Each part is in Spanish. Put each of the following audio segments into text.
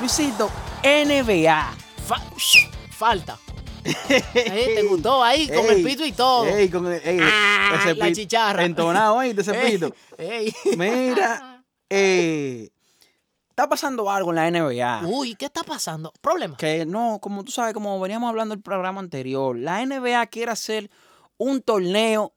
Luisito, NBA. Fa- falta. Ahí, ¿Te gustó ahí? Con el Ey, pito y todo. Ey, con el- ey, Ah, ese la pito. chicharra. Entonado, ¿eh? De ese Ey, pito. ey. Mira, eh, está pasando algo en la NBA. Uy, ¿qué está pasando? Problema. Que no, como tú sabes, como veníamos hablando el programa anterior, la NBA quiere hacer un torneo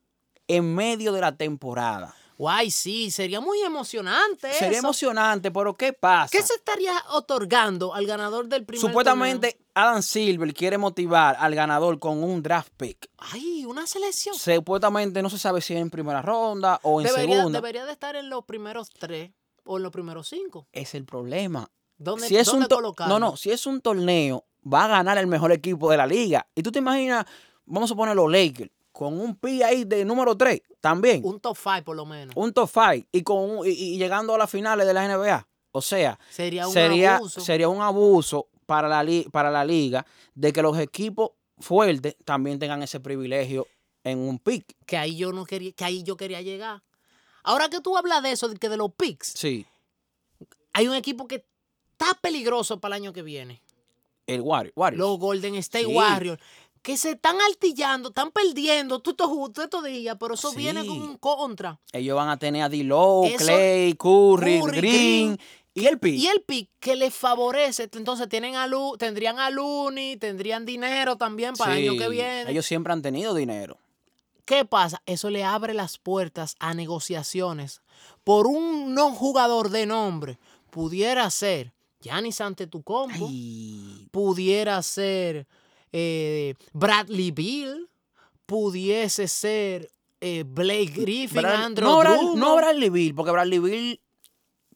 en medio de la temporada. Guay, sí, sería muy emocionante. Sería eso. emocionante, pero ¿qué pasa? ¿Qué se estaría otorgando al ganador del primer Supuestamente Adam Silver quiere motivar al ganador con un draft pick. torneo? Ay, una selección. Supuestamente no se sabe si es en primera ronda o en Debería, segunda. debería de estar en los primeros tres o en los primeros cinco. Es el problema. ¿Dónde, si es dónde un to- colocarlo? no, no, si es un torneo, va a ganar el mejor equipo de la liga. Y tú te imaginas, vamos a poner los Lakers, con un pi ahí de número 3 también, un, Un top five por lo menos. top 5 y, con un- y, y llegando a las finales de la NBA. O sea, Sería un sería, abuso. sería un abuso para la, li- para la liga de que los equipos fuertes también tengan ese privilegio en un pick. que ahí yo no quería, que ahí yo quería llegar. Ahora que tú hablas de eso, de que de los picks, Sí, hay un equipo que está peligroso para el año que viene. el Warrior. Warriors. Los Golden State Sí. Warriors. Que se están altillando, están perdiendo tú estos justo estos días, pero eso viene con Sí. un contra. Ellos van a tener a D-Low, Eso- Clay, Curry, Curry, Green, Green. y el pick. Y el pick que les favorece, entonces tienen a Lu, tendrían a Luni, tendrían dinero también para el año que Sí, viene. Ellos siempre han tenido dinero. ¿Qué pasa? Eso le abre las puertas a negociaciones. Por un no jugador de nombre, pudiera ser Giannis ante tu combo, Ay, pudiera ser eh, Bradley Bill, pudiese ser eh, Blake Griffin, Brad- Andrew no, Brad- Drummond. no Bradley Bill, porque Bradley Bill,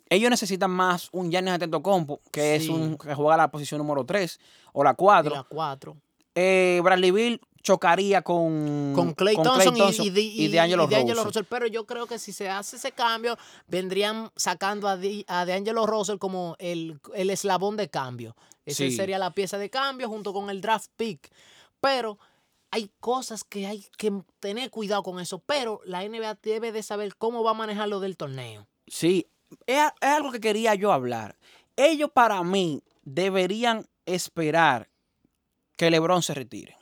ellos necesitan más un Giannis Antetokounmpo, que es Sí. un que juega la posición número 3 o la Y 4. la cuatro. Eh, Bradley Bill chocaría con Con Clay Mm, con Thompson, y- y, de- y, y- DeAngelo y DeAngelo Russell. Russell. Pero yo creo que si se hace ese cambio, vendrían sacando a, Di- a DeAngelo Russell como el, el eslabón de cambio. Esa Sí. sería la pieza de cambio junto con el draft pick. Pero hay cosas que hay que tener cuidado con eso. Pero la NBA debe de saber cómo va a manejar lo del torneo. Sí, es, a- es algo que quería yo hablar. Ellos para mí deberían esperar que LeBron se retire.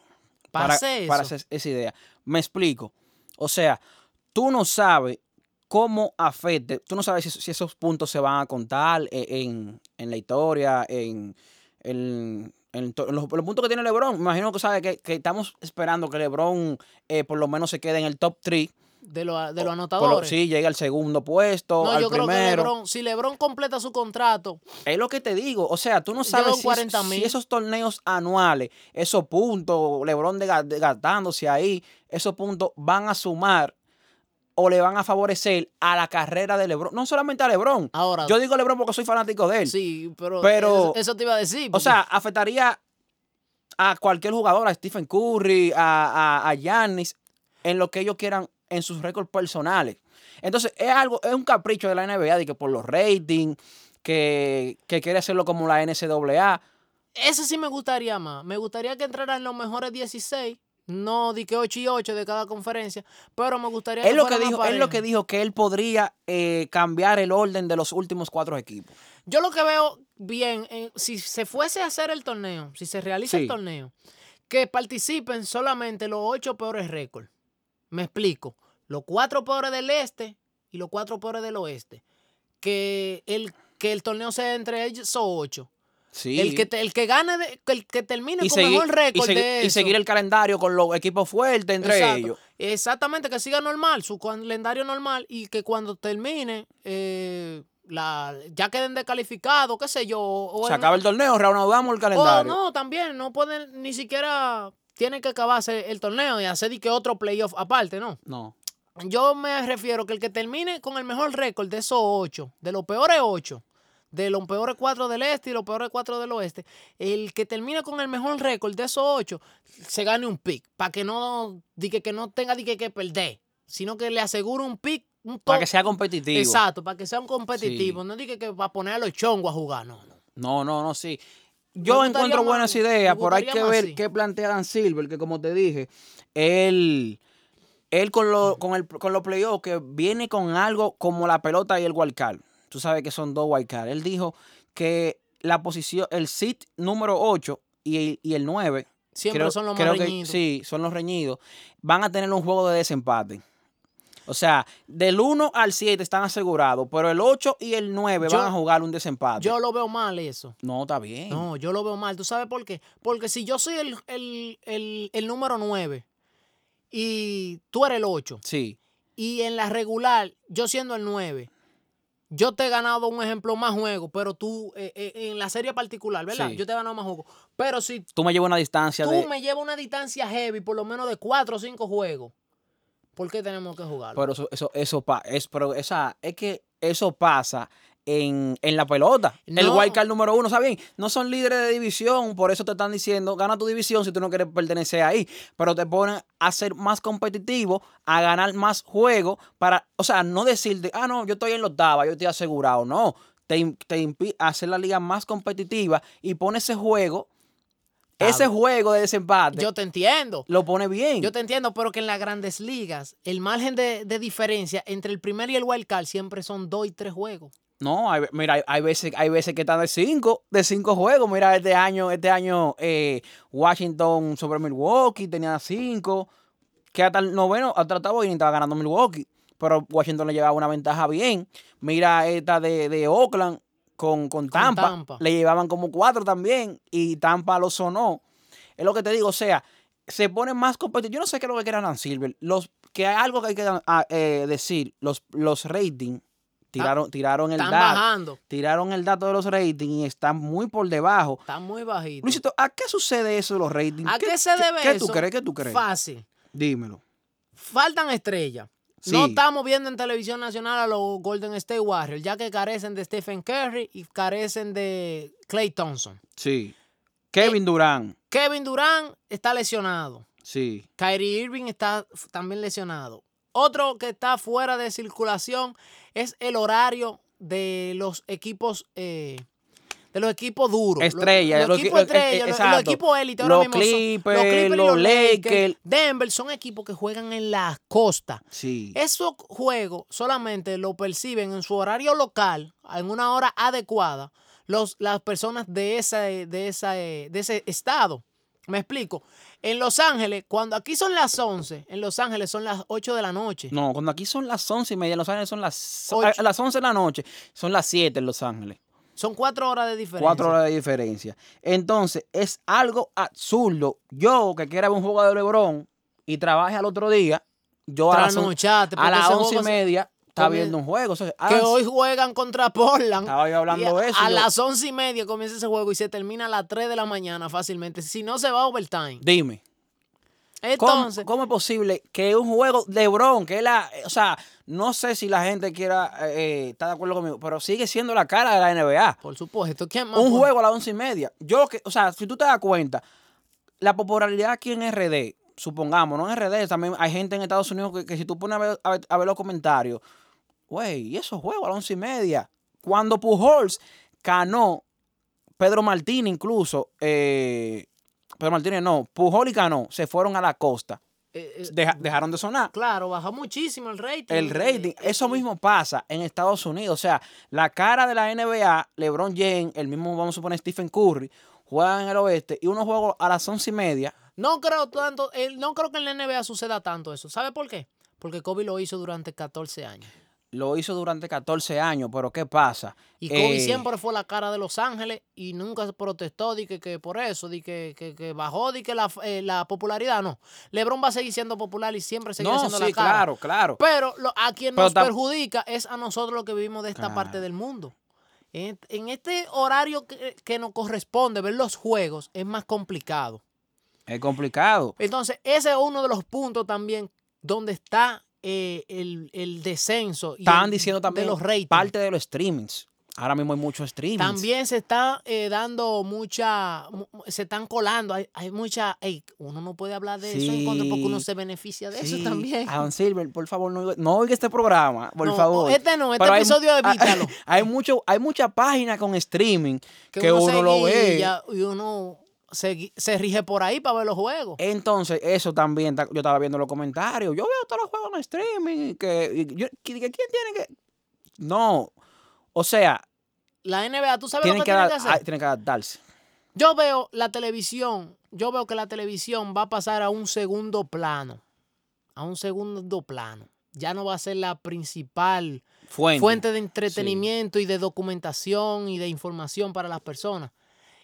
Para, para, hacer eso. para hacer esa idea. Me explico. O sea, tú no sabes cómo afecte, tú no sabes si, si esos puntos se van a contar e- en, en la historia, en, en- en to- los, los puntos que tiene Lebron. Me imagino que sabes que, que estamos esperando que Lebron eh, por lo menos se quede en el top 3. de, lo- de los Por lo- anotadores. sí, llegue al segundo puesto, no, al yo creo que primero. LeBron, si LeBron completa su contrato, Es lo que te digo. O sea, tú no Yo sabes doy si, 40.000. si esos torneos anuales, esos puntos, Lebron dega- desgastándose ahí, esos puntos van a sumar o le van a favorecer a la carrera de Lebron. No solamente a Lebron. ahora. Yo digo Lebron porque soy fanático de él. sí, pero, pero- eso, eso te iba a decir. O porque- sea, afectaría a cualquier jugador, a Stephen Curry, a, a, a Giannis, en lo que ellos quieran, en sus récords personales. Entonces, es algo, es un capricho de la NBA de que por los ratings, que, que quiere hacerlo como la NCAA. Ese sí me gustaría más. Me gustaría que entraran los mejores 16. No di que 8 y 8 de cada conferencia. Pero me gustaría Es lo que fuera más dijo, es lo que pareja. dijo que él podría eh, cambiar el orden de los últimos cuatro equipos. Yo lo que veo bien, eh, si se fuese a hacer el torneo, si se realiza Sí. el torneo, que participen solamente los 8 peores récords. Me explico. Los 4 peores del este y los 4 peores del oeste. Que el, que el torneo sea entre ellos 8. Sí. El, que, te- el que gane, de- el que termine y con seguir, mejor récord. y, segui- de y eso. seguir el calendario con los equipos fuertes entre Exacto. ellos. Exactamente, que siga normal, su calendario normal y que cuando termine, eh, la, ya queden descalificados, qué sé yo. O, Se en- acaba el torneo, reanudamos el o calendario. Oh, no, también, no pueden ni siquiera, tienen que acabarse el torneo y hacer y que otro playoff aparte, ¿no? no. Yo me refiero que el que termine con el mejor récord de esos ocho, de los peores ocho, de los peores cuatro del este y los peores cuatro del oeste, el que termine con el mejor récord de esos ocho, se gane un pick, para que no, di que, que no tenga di que, que perder, sino que le asegure un pick, un Para top. que sea competitivo. Exacto, para que sea un competitivo, no di que, que para poner a los chongos a jugar, no, no. No, no, no, sí. Me Yo gustaría encuentro más- buenas me ideas, por hay gustaría que más, ver sí. qué plantea Dan Silver, que como te dije, él, él con, lo- con, el, con los playoffs que viene con algo como la pelota y el wildcard. Tú sabes que son dos wildcard. Él dijo que la posición, el sit número 8 y el, y el 9, Siempre creo- son los más creo reñidos. Que, sí, son los reñidos. Van a tener un juego de desempate. O sea, del 1 al 7 están asegurados, pero el 8 y el 9 Yo- van a jugar un desempate. Yo lo veo mal eso. no, está bien. No, yo lo veo mal. ¿Tú sabes por qué? Porque si yo soy el, el- el- el número 9 y tú eres el 8 Sí, y en la regular yo siendo el 9, yo te he ganado un ejemplo más juego, pero tú eh, eh, en la serie particular, ¿verdad? Sí. Yo te he ganado más juego. Pero si tú me llevas una distancia tú de... me llevas una distancia heavy, por lo menos de 4 o 5 juegos, ¿por qué tenemos que jugarlo? Pero eso, eso, eso pa- es, pero esa, es que eso pasa en, en la pelota. El No. wild card número uno, ¿sabes bien? No son líderes de división, por eso te están diciendo, gana tu división si tú no quieres pertenecer ahí. Pero te ponen a ser más competitivo, a ganar más juegos, para, o sea, no decirte, ah, no, yo estoy en la octava, yo estoy asegurado. No, te, im- te impide hacer la liga más competitiva y pone ese juego, Está ese bien. juego de desempate, yo te entiendo. lo pone bien. Yo te entiendo, pero que en las grandes ligas el margen de, de diferencia entre el primer y el wild card siempre son dos y tres juegos. No, hay ve- mira, hay, hay veces, hay veces que están de cinco, de cinco juegos. Mira, este año, este año eh, Washington sobre Milwaukee tenía cinco, que hasta el noveno, hasta el octavo inning estaba ganando Milwaukee, pero Washington le llevaba una ventaja bien. Mira esta de, de Oakland con, con Tampa, Tampa. le llevaban como cuatro también y Tampa lo sonó. Es lo que te digo, o sea, se pone más competitivo. Yo no sé qué es lo que quiera Dan Silver. Los, que hay algo que hay que ah, eh, decir, los, los ratings tiraron, tiraron el Ah, Están dato bajando. tiraron el dato de los ratings y están muy por debajo. Están muy bajitos. Luisito, ¿a qué sucede eso de los ratings? ¿A qué se debe ¿Qué eso? tú crees? ¿Qué tú crees? Fácil. Dímelo. Faltan estrellas. No Sí. estamos viendo en televisión nacional a los Golden State Warriors, ya que carecen de Stephen Curry y carecen de Clay Thompson. Sí. Kevin Eh, Durán. Kevin Durant está lesionado. Sí. Kyrie Irving está f- también lesionado. Otro que está fuera de circulación es el horario de los equipos eh, de los equipos duros. Los- Estrella, Los, los equipos que- eh, eh, estrella, los- los, exacto. equipos élite ahora Los mismo son- Clippers, los Lakers. Denver son equipos que juegan en la costa. Sí. Esos juegos solamente lo perciben en su horario local, en una hora adecuada, los, las personas de, esa, de, esa, eh, de ese estado. Me explico. En Los Ángeles, cuando aquí son las 11, en Los Ángeles son las 8 de la noche. No, cuando aquí son las once y media, en Los Ángeles son las, Ocho. a las 11 de la noche, son las 7 en Los Ángeles. Son 4 horas de diferencia. Cuatro horas de diferencia. Entonces, es algo absurdo. Yo, que quiera ver un juego de LeBron y trabaje al otro día, yo a las, on- Trasnochate, a porque las ese once y juego se- media estaba comienza- viendo un juego. O sea, a Que las- hoy juegan contra Portland. Estaba yo hablando Y de eso, A yo- las 11 y media comienza ese juego y se termina a las 3 de la mañana fácilmente. Si no, se va a overtime. Dime. ¿Cómo, Entonces, cómo es posible que un juego de Bron, que es la. O sea, no sé si la gente quiera. eh, eh, está de acuerdo conmigo, pero sigue siendo la cara de la NBA. por supuesto, ¿quién más Un puede- juego a las once y media. Yo, que, o sea, si tú te das cuenta, la popularidad aquí en RD, supongamos, no en RD, también hay gente en Estados Unidos que, que si tú pones a ver, a ver- a ver los comentarios, güey, ¿y esos juegos a las once y media? Cuando Pujols ganó, Pedro Martínez incluso, eh, Pedro Martínez no, Pujol y Cano se fueron a la costa, Eh, eh, deja- dejaron de sonar. Claro, bajó muchísimo el rating. El rating, Eh, eh, eso y- mismo pasa en Estados Unidos. O sea, la cara de la NBA, LeBron James, el mismo, vamos a suponer, Stephen Curry, juegan en el oeste y unos juegos a las once y media. No creo tanto, eh, no creo que en la NBA suceda tanto eso. ¿Sabe por qué? Porque Kobe lo hizo durante 14 años. Lo hizo durante 14 años, pero ¿qué pasa? Y Kobe Eh, siempre fue la cara de Los Ángeles y nunca se protestó de que, que por eso, de que, que- que bajó, de que la, eh, la popularidad. No, LeBron va a seguir siendo popular y siempre seguirá No, siendo sí, la cara. claro, claro. Pero lo- a quien Pero nos tam- perjudica es a nosotros los que vivimos de esta parte Claro. del mundo. En, en este horario que, que nos corresponde ver los juegos es más complicado. Es complicado. Entonces, ese es uno de los puntos también donde está eh, el, el descenso. y Estaban el- diciendo también de los ratings. parte de los streamings. Ahora mismo hay muchos streamings. También se está eh, dando mucha, mu- mu- se están colando, hay, hay mucha, ey, uno no puede hablar de eso en contra porque uno Sí. se beneficia de Sí, eso también. Adam Silver, por favor, no, oiga- no oiga este programa, por No, favor. este no, este Pero hay- ah, episodio evítalo. Hay, mucho, hay muchas páginas con streaming que, uno, se lo ve. guilla Y uno se, gui- se rige por ahí para ver los juegos. Entonces, eso también, ta- yo estaba viendo los comentarios. Yo veo todos los juegos en streaming. y Que, y yo- que- que ¿Quién tiene que.? No. O sea, la NBA, ¿tú sabes Tienen lo que, que, tiene ad- que ah, hacer? tienen que adaptarse. Yo veo la televisión, yo veo que la televisión va a pasar a un segundo plano. A un segundo plano. Ya no va a ser la principal Fuente. fuente de entretenimiento y de documentación y de información para las personas.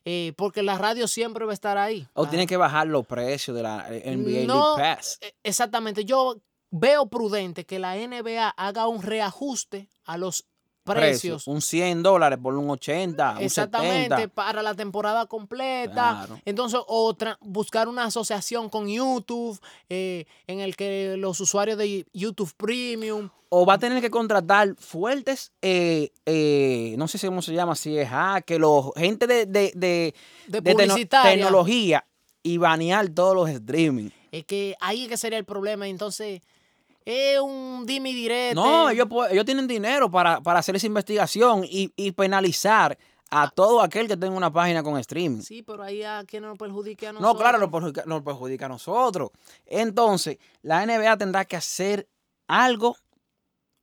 Eh, porque la radio siempre va a estar ahí. O La- tienen que bajar los precios de la eh, NBA No, League Pass. eh, Exactamente. Yo veo prudente que la NBA haga un reajuste a los precios. Un 100 dólares por un 80, un 70. Exactamente, para la temporada completa. Claro. Entonces, o tra- buscar una asociación con YouTube eh, en el que los usuarios de YouTube Premium. O va a tener que contratar fuertes, eh, eh, no sé si cómo se llama, si es hacker, los, gente de, de, de, De tecno- publicitaria. tecnología y banear todos los streaming. Es que ahí es que sería el problema. Entonces, es un dime y direte. No, ellos, pu- ellos tienen dinero para, para hacer esa investigación y, y penalizar a todo aquel que tenga una página con streaming. Ah. Sí, pero ahí a quien nos perjudique a nosotros. No, claro, nos perjudica, nos perjudica a nosotros. Entonces, la NBA tendrá que hacer algo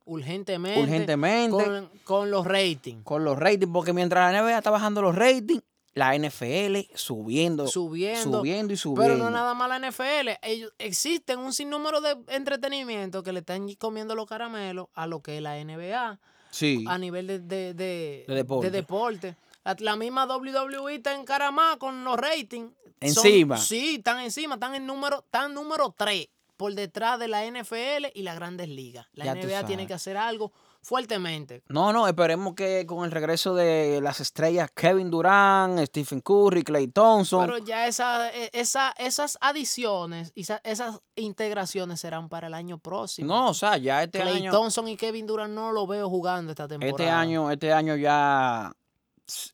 Urgentemente. urgentemente con, Con, con los ratings. los ratings, porque mientras la NBA está bajando los ratings, la NFL subiendo, Subiendo. subiendo y subiendo. Pero no nada más la NFL. Ellos existen un sinnúmero de entretenimiento que le están comiendo los caramelos a lo que es la NBA Sí. a nivel de, de, de- De deporte. de deporte. La- La misma WWE está en Caramá con los ratings. Son- Encima. sí, están encima, están en número, están número 3 por detrás de la NFL y las grandes ligas. La Ya tú NBA tiene sabes. que hacer algo fuertemente. No, no, esperemos que con el regreso de las estrellas Kevin Durant, Stephen Curry, Clay Thompson. Pero ya esa, e- esa, esas adiciones, y esa- esas integraciones serán para el año próximo. no, o sea, ya este Clay año. Thompson y Kevin Durant no lo veo jugando esta temporada. Este año, este año ya.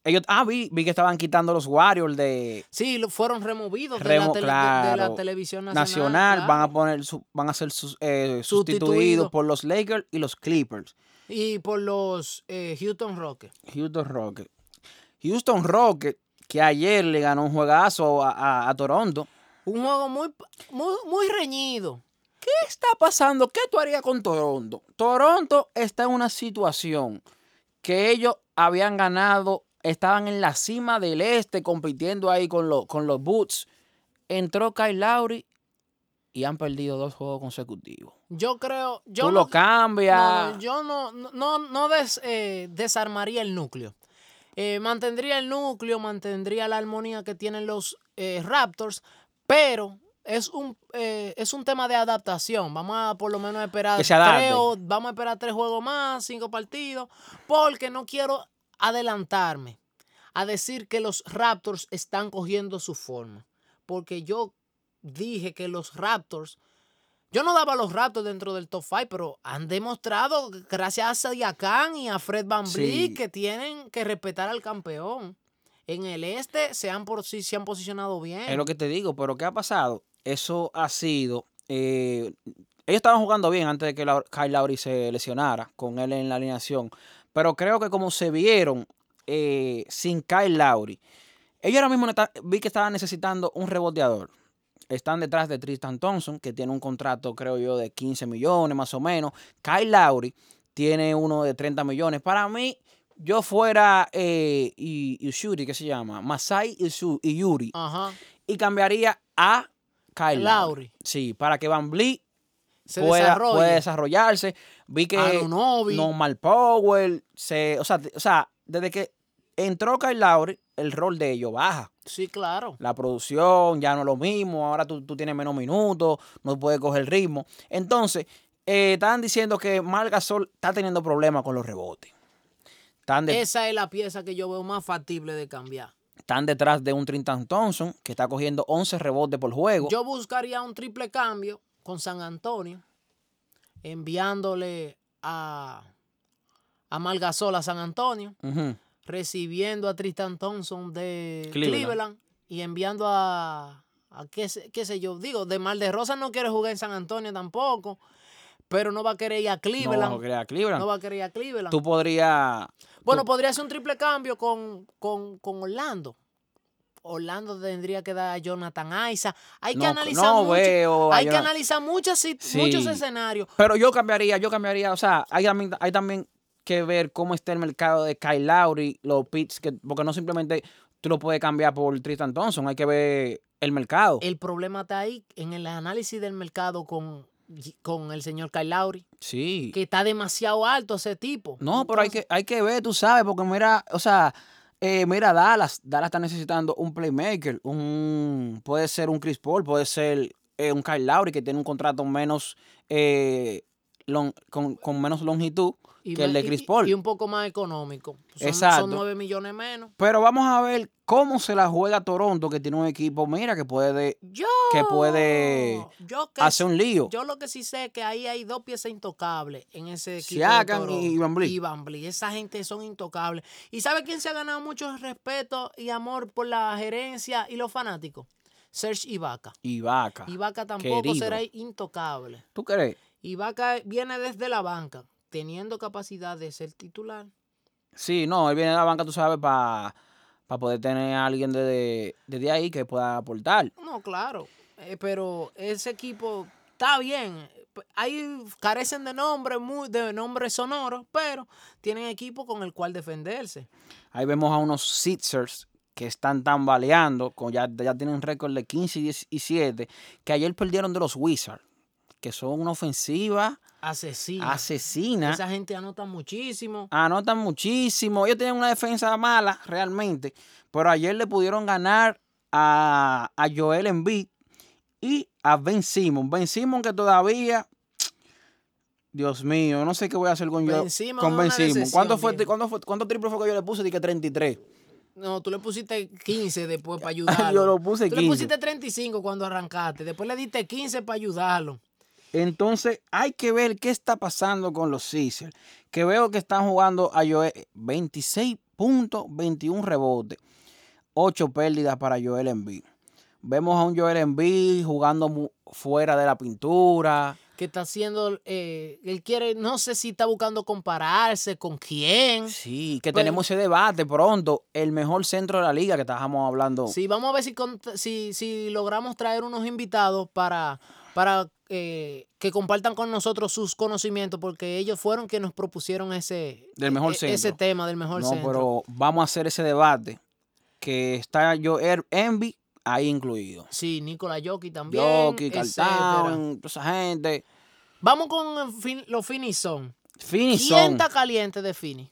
Ellos, ah, vi, vi que estaban quitando los Warriors de Sí, lo- fueron removidos de, la Remo- tele- de- de la claro. televisión nacional. Nacional, van a claro. poner su- van a ser sus- eh, Sustituido. sustituidos por los Lakers y los Clippers. Y por los eh, Houston Rockets. Houston Rockets. Houston Rockets, que ayer le ganó un juegazo a, a- a Toronto. Un juego muy, muy, muy reñido. ¿Qué está pasando? ¿Qué tú harías con Toronto? Toronto está en una situación que ellos habían ganado, estaban en la cima del este compitiendo ahí con, los con los Boots. Entró Kyle Lowry y han perdido dos juegos consecutivos. Yo creo. Yo tú no- lo cambias. no, no, yo no, no- no, no des- eh, desarmaría el núcleo. Eh, mantendría el núcleo, mantendría la armonía que tienen los eh, Raptors, pero es un, eh, es un tema de adaptación. Vamos a por lo menos esperar Que se adapte. tres o- vamos a esperar tres juegos más, cinco partidos, porque no quiero adelantarme a decir que los Raptors están cogiendo su forma. Porque yo dije que los Raptors, yo no daba a los Raptors dentro del top 5, pero han demostrado, gracias a Sadiakan y a Fred Van Sí. que tienen que respetar al campeón. En el este se han, por, sí- se han posicionado bien. Es lo que te digo, pero ¿qué ha pasado? Eso ha sido. eh, ellos estaban jugando bien antes de que Lau- Kyle Lowry se lesionara con él en la alineación. Pero creo que como se vieron eh, sin Kyle Lowry, ellos ahora mismo no están- vi que estaban necesitando un reboteador. Están detrás de Tristan Thompson, que tiene un contrato, creo yo, de 15 millones más o menos. Kyle Lowry tiene uno de 30 millones. Para mí, yo fuera eh, I- Iushiri, ¿qué se llama? Masai Iusu- Iuri Ajá. y cambiaría a Kyle Lowry. Lowry. Sí, para que Van Blee Se Ah, pueda, desarrolla. pueda desarrollarse. Vi que Anunoby. Normal Powell, se, o, sea, te- o sea, desde que entró Kyle Lowry, el rol de ellos baja. Sí, claro. La producción ya no es lo mismo, ahora tú, tú tienes menos minutos, no puedes coger ritmo. Entonces, eh, estaban diciendo que Marc Gasol está teniendo problemas con los rebotes. Están, de- Esa es la pieza que yo veo más factible de cambiar. están detrás de un Tristan Thompson que está cogiendo 11 rebotes por juego. Yo buscaría un triple cambio con San Antonio, enviándole a, a Malgasol a San Antonio, Ujú. recibiendo a Tristan Thompson de Cleveland. Cleveland, y enviando a, a qué, sé, qué sé yo, digo, de Mal de Rosa no quiere jugar en San Antonio tampoco, pero no va a querer ir a No vas a Cleveland. creer a Cleveland. No va a querer ir a Cleveland. tú podrías. Bueno, podría ser un triple cambio con, con, con Orlando. Orlando tendría que dar a Jonathan Isaac. Hay que No, analizar no mucho- veo a hay que Jonathan- analizar muchas sit- Sí. muchos escenarios. Pero yo cambiaría, yo cambiaría. O sea, hay también, hay también que ver cómo está el mercado de Kyle Lowry, los pits, que, porque no simplemente tú lo puedes cambiar por Tristan Thompson, hay que ver el mercado. El problema está ahí en el análisis del mercado con, con el señor Kyle Lowry, sí. que está demasiado alto ese tipo. No, pero hay que, hay que ver, tú sabes, porque mira, o sea, eh, mira Dallas, Dallas está necesitando un playmaker, un puede ser un Chris Paul, puede ser eh, un Kyle Lowry que tiene un contrato menos eh, long- con, con menos longitud Y que el me- de y- Chris Paul. Y un poco más económico. Son, Exacto. son 9 millones menos. Pero vamos a ver cómo se la juega Toronto, que tiene un equipo, mira, que puede Yo. Que puede yo que hacer un lío. Yo lo que sí sé es que ahí hay dos piezas intocables en ese equipo. Siakam de Toronto. y Van Vliet. Y Van Vliet. Esa gente son intocables. ¿Y sabe quién se ha ganado mucho respeto y amor por la gerencia y los fanáticos? Serge Ibaka. Y vaca. Ibaka tampoco querido. será intocable. ¿Tú crees? Ibaka viene desde la banca, teniendo capacidad de ser titular. Sí, no, él viene de la banca, tú sabes, para poder tener a alguien desde de, de ahí que pueda aportar. No, claro. eh, pero ese equipo está bien. P- Ahí carecen de nombres, muy- de nombres sonoros, pero tienen equipo con el cual defenderse. Ahí vemos a unos Sixers que están tambaleando, con ya, ya tienen un récord de 15 y 17, que ayer perdieron de los Wizards, que son una ofensiva Asesina. asesina. Esa gente anota muchísimo. Anotan muchísimo. Ellos tenían una defensa mala, realmente. Pero ayer le pudieron ganar a, a Joel Embiid y a Ben Simon. Ben Simon que todavía. Dios mío, no sé qué voy a hacer con, Ben yo, Simmons con es Ben una Simon. decepción, ¿Cuánto, fue, viejo. cuánto fue- cuánto triple fue que yo le puse? Dije 33. No, tú le pusiste 15 después para ayudarlo. Yo lo puse Tú 15. le pusiste 35 cuando arrancaste. Después le diste 15 para ayudarlo. Entonces hay que ver qué está pasando con los Sixers. Que veo que están jugando a Joel 26 puntos, 21 rebotes, 8 pérdidas para Joel Embiid. Vemos a un Joel Embiid jugando mu- fuera de la pintura. Que está haciendo. eh, él quiere. No sé si está buscando compararse con quién. Sí, que Pero- tenemos ese debate pronto. El mejor centro de la liga que estábamos hablando. Sí, vamos a ver si, cont- si, si logramos traer unos invitados para, para eh, que compartan con nosotros sus conocimientos, porque ellos fueron quienes nos propusieron ese, Del mejor e- e- ese centro. tema del mejor no, centro. pero vamos a hacer ese debate. Que está Joel Embiid ahí incluido. Sí, Nicola Jockey también. Jokic, Karl etcétera. Towns, toda esa gente. Vamos con el fin- los Finis son. Fini ¿Quién son está caliente de Fini?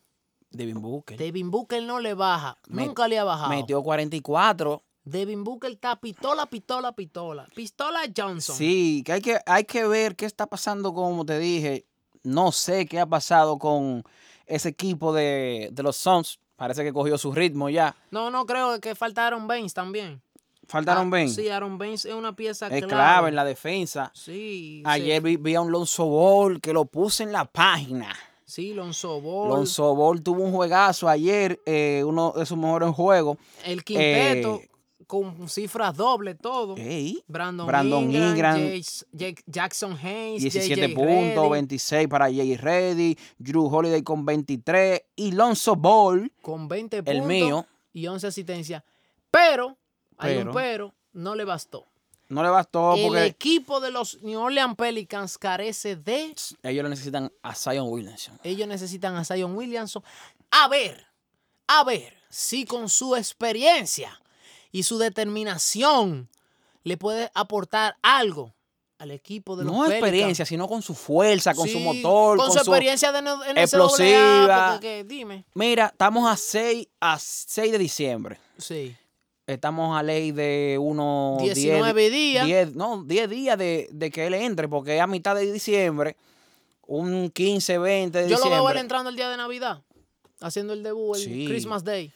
Devin Booker. Devin Booker no le baja. Met- nunca le ha bajado. Metió 44. Devin Booker está pistola, pistola, pistola. Pistola Johnson. Sí, que hay, que hay que ver qué está pasando, como te dije. No sé qué ha pasado con ese equipo de, de los Suns. Parece que cogió su ritmo ya. No, no creo que faltaron Baines también. Faltaron Ah, 20. Sí, Aaron Baines es una pieza es clave. clave en la defensa. Sí. Ayer sí, vi, vi a un Lonzo Ball que lo puse en la página. sí, Lonzo Ball. Lonzo Ball tuvo un juegazo ayer, eh, uno de sus mejores juegos. El quinteto eh, con cifras dobles, todo. Ey, Brandon, eh, Brandon Ingram, Ingram. Jace- Jake- Jackson Hayes, 17 JJ puntos, Redick. 26 para Jay Reddy, Drew Holiday con 23 y Lonzo Ball, con 20 el puntos mío, y 11 asistencias. Pero, hay Pero. un pero, no le bastó. no le bastó el porque equipo de los New Orleans Pelicans carece de... ellos lo necesitan a Zion Williamson. Ellos necesitan a Zion Williamson. A ver, a ver si con su experiencia y su determinación le puede aportar algo al equipo de los No Pelicans. experiencia, sino con su fuerza, con su Sí, motor, con, su experiencia de no- en explosiva. explosiva. dime. Mira, estamos a 6 a 6 de diciembre. Sí. Estamos a ley de unos 19 días. 10, no, 10 días de, de que él entre, porque es a mitad de diciembre, un 15, 20 de Yo lo diciembre, veo él entrando el día de Navidad, haciendo el debut, el Sí. Christmas Day.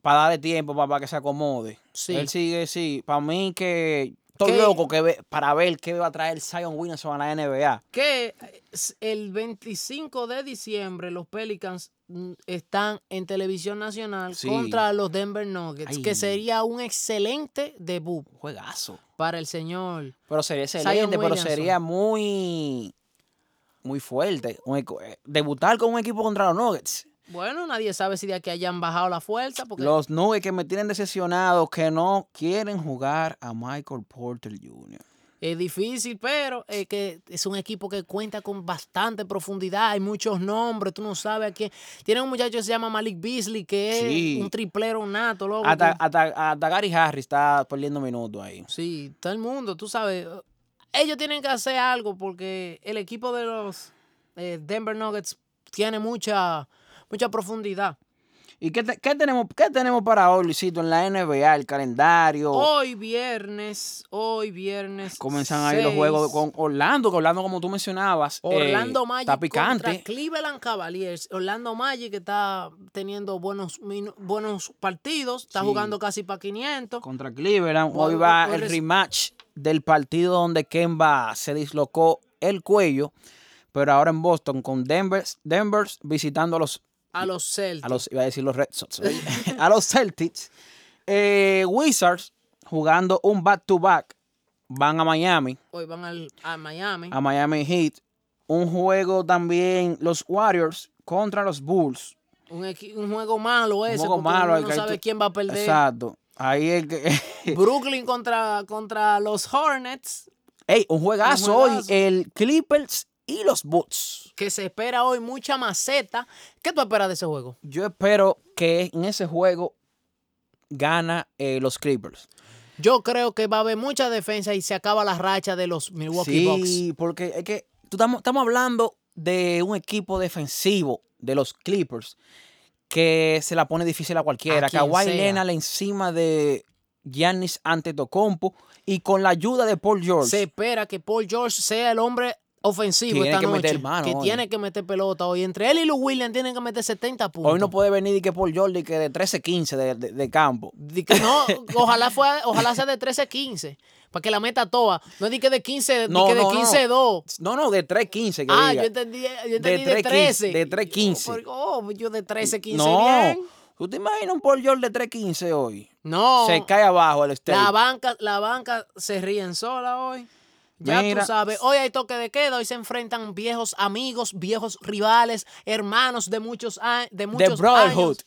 para darle tiempo para, que se acomode. Sí. Él sigue, sí. Para mí que estoy Que- loco que ve- para ver qué va a traer Zion Williamson a la NBA. Que es- el 25 de diciembre los Pelicans mm, están en televisión nacional Sí. contra los Denver Nuggets, Ay. que sería un excelente debut Juegazo. para el señor. Pero sería Zion excelente, pero Williamson. sería muy, muy fuerte. Un eco- eh, debutar con un equipo contra los Nuggets. Bueno, nadie sabe si de aquí hayan bajado la fuerza, porque Los Nuggets que me tienen decepcionado, que no quieren jugar a Michael Porter Jr. Es difícil, pero es que es un equipo que cuenta con bastante profundidad. Hay muchos nombres, tú no sabes a quién. Tiene un muchacho que se llama Malik Beasley, que es Sí. un triplero nato, loco. Hasta, hasta- hasta Gary Harris está perdiendo minutos ahí. Sí, todo el mundo, tú sabes. eh, Ellos tienen que hacer algo porque el equipo de los eh, Denver Nuggets tiene mucha, mucha profundidad. ¿Y qué, te- qué tenemos, qué tenemos para hoy, Luisito, en la NBA? El calendario. Hoy viernes, hoy viernes. Oh. Comienzan ahí los juegos seis, con Orlando, que Orlando, como tú mencionabas, eh, Orlando Magic está picante. contra Cleveland Cavaliers. Orlando Magic está teniendo buenos, minu- buenos partidos, está Sí. jugando casi para 500. Contra Cleveland. Hoy Hoy- va hoy el reci- rematch del partido donde Kemba se dislocó el cuello, pero ahora en Boston con Denver, Denver visitando a los A los Celtics. a los, iba a decir los Red Sox, oye, a los Celtics. Eh, Wizards jugando un back-to-back. Van a Miami, Hoy van al, a Miami. a Miami Heat. Un juego también los Warriors contra los Bulls. Un, equi- un juego malo ese. juego porque malo, uno el no que sabe tú- quién va a perder. Exacto. Ahí es que... Brooklyn contra, contra los Hornets, Ey, un juegazo, Un juegazo. hoy. El Clippers y los Bulls. que se espera hoy mucha maceta. ¿Qué tú esperas de ese juego? Yo espero que en ese juego gana eh, los Clippers. Yo creo que va a haber mucha defensa y se acaba la racha de los Milwaukee Bucks. Sí, porque es que tú estamos, estamos hablando de un equipo defensivo de los Clippers que se la pone difícil a cualquiera. A quien Kawhi sea. Leonard encima de Giannis Antetokounmpo y con la ayuda de Paul George. Se espera que Paul George sea el hombre ofensivo Tiene esta que noche, meter mano que hoy. tiene que meter pelota hoy. Entre él y Lou Williams tienen que meter 70 puntos. Hoy no puede venir y que Paul George y que de 13-15 de, de- de campo. Di que no, ojalá, fue, ojalá sea de 13-15, para que la meta toda. No di que de 15, di No, que de no, no. 15-2. No, no, de 3-15 que Ah, diga. yo entendí, yo entendí de, 3-15, 13. de 3-15. Oh, oh, yo de 13-15 no. bien. ¿Tú te imaginas un Paul George de 3-15 hoy? No. Se cae abajo el stage. Oh, La banca, la banca se ríen sola hoy. Ya Mira. tú sabes, hoy hay toque de queda, hoy se enfrentan viejos amigos, viejos rivales, hermanos de muchos, a- de The muchos Brotherhood. años.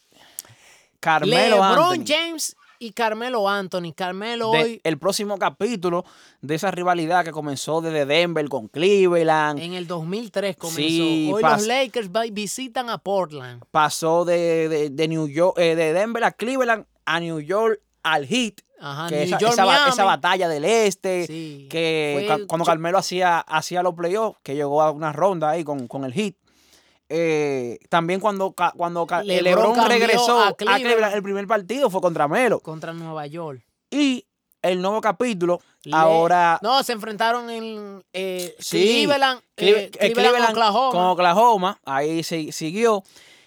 Carmelo LeBron Anthony. James y Carmelo Anthony. Carmelo De- hoy el próximo capítulo de esa rivalidad que comenzó desde Denver con Cleveland, en el 2003 comenzó. Sí, hoy pas- los Lakers va- visitan a Portland. pasó de, de- de New York, eh, de Denver a Cleveland, a New York al Heat. Ajá, que New esa, York, esa ba- Miami. esa batalla del este, Sí. que Fue ca- el cuando cho- Carmelo hacía, hacía los playoffs, que llegó a una ronda ahí con, con el Heat. Eh, también cuando, ca- cuando ca- LeBron LeBron cambió regresó a a Cleveland. Cleveland. el primer partido fue contra Melo. contra Nueva York. Y el nuevo capítulo, Le- ahora No, se enfrentaron en eh, Sí. Cleveland, Clive- eh, eh, Cleveland, Cleveland Oklahoma. con Oklahoma, ahí se siguió.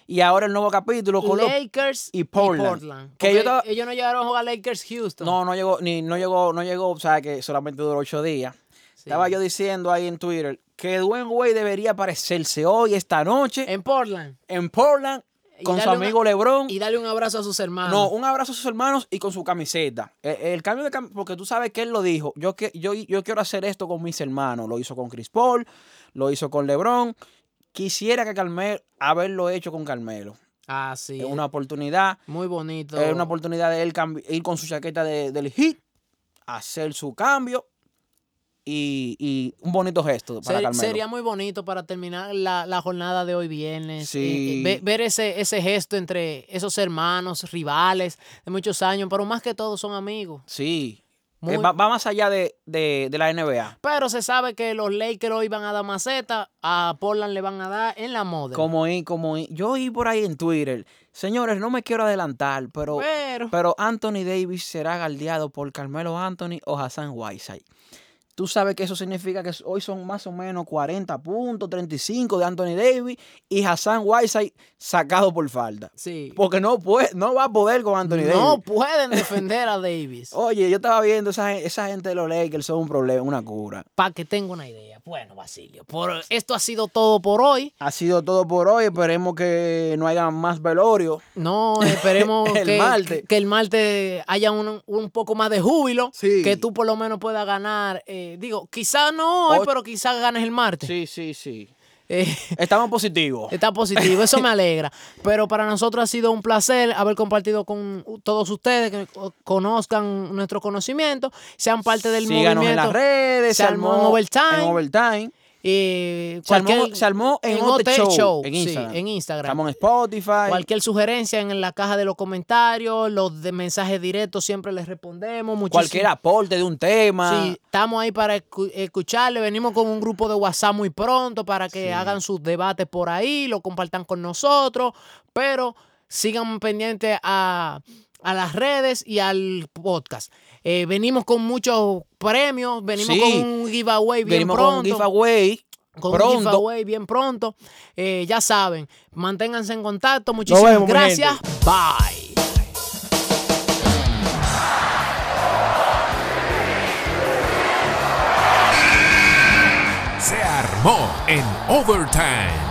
Y ahora el nuevo capítulo con los- Lakers y y Portland. Portland. Que Porque yo estaba- Ellos no llegaron a jugar Lakers Houston. No, no llegó, ni, no llegó, no llegó, o sea que solamente duró ocho días. Sí. Estaba yo diciendo ahí en Twitter que Dwayne Wade debería aparecerse hoy, esta noche, en, En Portland. Portland, Eh, Y con su darle una- amigo Lebron. Y darle un abrazo a sus hermanos. No, un abrazo a sus hermanos y con su camiseta. El, el cambio de cam- porque tú sabes que él lo dijo. Yo, que, yo, yo quiero hacer esto con mis hermanos. Lo hizo con Chris Paul, lo hizo con LeBron. Quisiera que Carmelo, haberlo hecho con Carmelo. Ah, sí. Es una oportunidad. Muy bonito. Es una oportunidad de él cambi- ir con su chaqueta de- del hit, hacer su cambio y, y un bonito gesto para Ser- Carmelo. sería muy bonito para terminar la, la jornada de hoy viernes. Sí. Eh, eh, ve- ver ese, ese gesto entre esos hermanos, rivales de muchos años, pero más que todo son amigos. Sí. Muy- Eh, va, va más allá de, de- de la NBA. Pero se sabe que los Lakers hoy van a dar maceta, a Portland le van a dar en la moda. Como, y- como y- yo vi por ahí en Twitter, señores, no me quiero adelantar, pero, Pero pero Anthony Davis será galdeado por Carmelo Anthony o Hassan Whiteside. Tú sabes que eso significa que hoy son más o menos 40 puntos, 35 de Anthony Davis y Hassan Whiteside sacado por falta. sí. Porque no, puede, no va a poder con Anthony No Davis. Oh. pueden defender a Davis. Oye, yo estaba viendo esa, gen- esa gente de los Lakers son un problema, una cura. Para que tenga una idea. Bueno, Basilio, por, esto ha sido todo por hoy. Ha sido todo por hoy. Esperemos que no haya más velorio. No, esperemos El que, martes. que el martes haya un, un poco más de júbilo. Sí. Que tú por lo menos puedas ganar. eh, digo, quizás no hoy, Hoy- pero quizás ganes el martes. Sí, sí, sí. Eh, Estamos positivos. Está positivo, eso me alegra. Pero para nosotros ha sido un placer haber compartido con todos ustedes que conozcan nuestro conocimiento, sean parte del Síganos movimiento. en las redes. Salmón Overtime. En Overtime. eh, Se armó- cualquier- se armó en OT OT Show, en sí, Instagram. en Instagram. Estamos en Spotify. Cualquier sugerencia en la caja de los comentarios, los de mensajes directos siempre les respondemos. Muchísimas- cualquier aporte de un tema. Sí, estamos ahí para escu- escucharle. Venimos con un grupo de WhatsApp muy pronto para que Sí. hagan sus debates por ahí, lo compartan con nosotros. Pero sigan pendientes a, a las redes y al podcast. Eh, venimos con muchos premios, venimos Sí. con un giveaway bien Venimos pronto. con un giveaway. con un pronto. giveaway bien pronto. Eh, ya saben, manténganse en contacto. Muchísimas vemos, mi gracias. Bye. Se armó en Overtime.